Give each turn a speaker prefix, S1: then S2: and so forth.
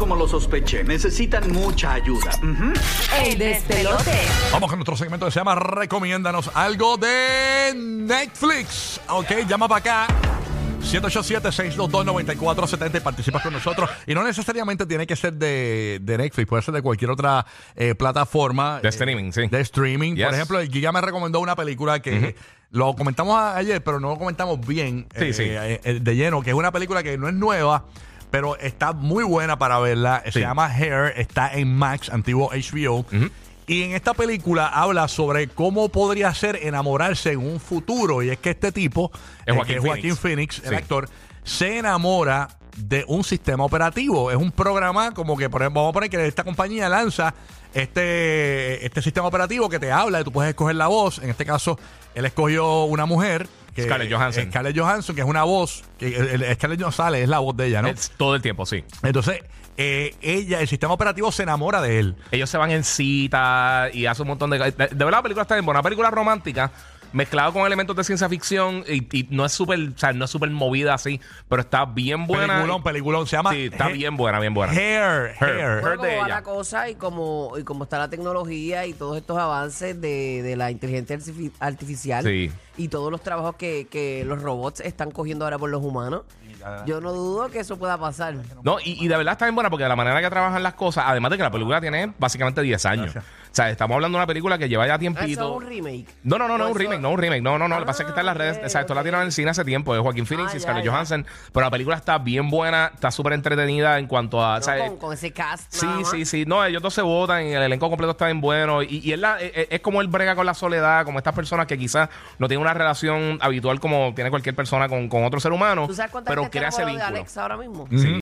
S1: Como lo sospeché, necesitan mucha ayuda. Ujú.
S2: El despelote.
S3: Vamos con nuestro segmento que se llama Recomiéndanos algo de Netflix. Ok, llama para acá. 787-622-9470 y participas con nosotros. Y no necesariamente tiene que ser de, de Netflix, puede ser de cualquier otra eh, plataforma.
S4: De
S3: eh,
S4: streaming, sí.
S3: De streaming.
S4: Yes.
S3: Por ejemplo, el Giga me recomendó una película que lo comentamos a- ayer, pero no lo comentamos bien
S4: Sí, sí.
S3: eh, eh, de lleno, que es una película que no es nueva. Pero está muy buena para verla. Se
S4: Sí.
S3: llama Hair. Está en Max, antiguo HBO. Y en esta película habla sobre cómo podría ser enamorarse en un futuro. Y es que este tipo,
S4: Es
S3: eh,
S4: Joaquín
S3: que es Joaquín
S4: Phoenix.
S3: Phoenix, el
S4: Sí.
S3: actor, se enamora de un sistema operativo. Es un programa como que, por ejemplo, vamos a poner que esta compañía lanza este, este sistema operativo que te habla y tú puedes escoger la voz. En este caso, él escogió una mujer. Que,
S4: Scarlett Johansson.
S3: Scarlett Johansson, que es una voz. Que, el- el- Scarlett Johansson sale, es la voz de ella, ¿no?
S4: Es todo el tiempo, sí.
S3: Entonces, eh, ella, el sistema operativo se enamora de él.
S4: Ellos se van en cita y hace un montón de... De, de verdad, la película está bien buena. Una película romántica mezclado con elementos de ciencia ficción y, y no es súper, o sea, no es súper movida así, pero está bien buena.
S3: Peliculón, peliculón. Se llama
S4: Sí, está
S3: He-
S4: bien buena, bien buena.
S3: Hair,
S4: Hair.
S3: hair.
S4: Hair.
S5: Bueno, como
S4: de
S5: va
S4: ella.
S5: la cosa y como, y como está la tecnología y todos estos avances de, de la inteligencia artifi- artificial
S4: Sí.
S5: y todos los trabajos que, que los robots están cogiendo ahora por los humanos, yo no dudo que eso pueda pasar.
S4: No, y, y de verdad está bien buena porque la manera que trabajan las cosas, además de que la película tiene básicamente 10 años. O sea, estamos hablando de una película que lleva ya
S5: Ah, Eso es
S4: tiempito.
S5: un remake.
S4: No, no, no, no,
S5: No, eso-
S4: un remake, no, un remake. No, no, no. lo que pasa es que está en las
S5: Ah,
S4: redes.
S5: ok,
S4: Exacto, la
S5: ok.
S4: tiraron en el cine hace tiempo. Es Joaquín Phoenix
S5: Ah,
S4: y
S5: ya,
S4: Scarlett
S5: ya.
S4: Johansson. Pero la película está bien buena, está súper entretenida en cuanto a.
S5: No,
S4: ¿sabes?
S5: con, con ese cast.
S4: Sí,
S5: nada más.
S4: sí, sí. No, ellos dos se votan y el elenco completo está bien bueno. Y, y es, la- es- es como él brega con la soledad, como estas personas que quizás no tienen una relación habitual como tiene cualquier persona con, con otro ser humano,
S5: ¿Tú sabes cuánta
S4: pero
S5: gente
S4: crea
S5: está
S4: ese
S5: enamorada de Alexa
S4: vínculo.
S5: ahora mismo?
S4: Sí,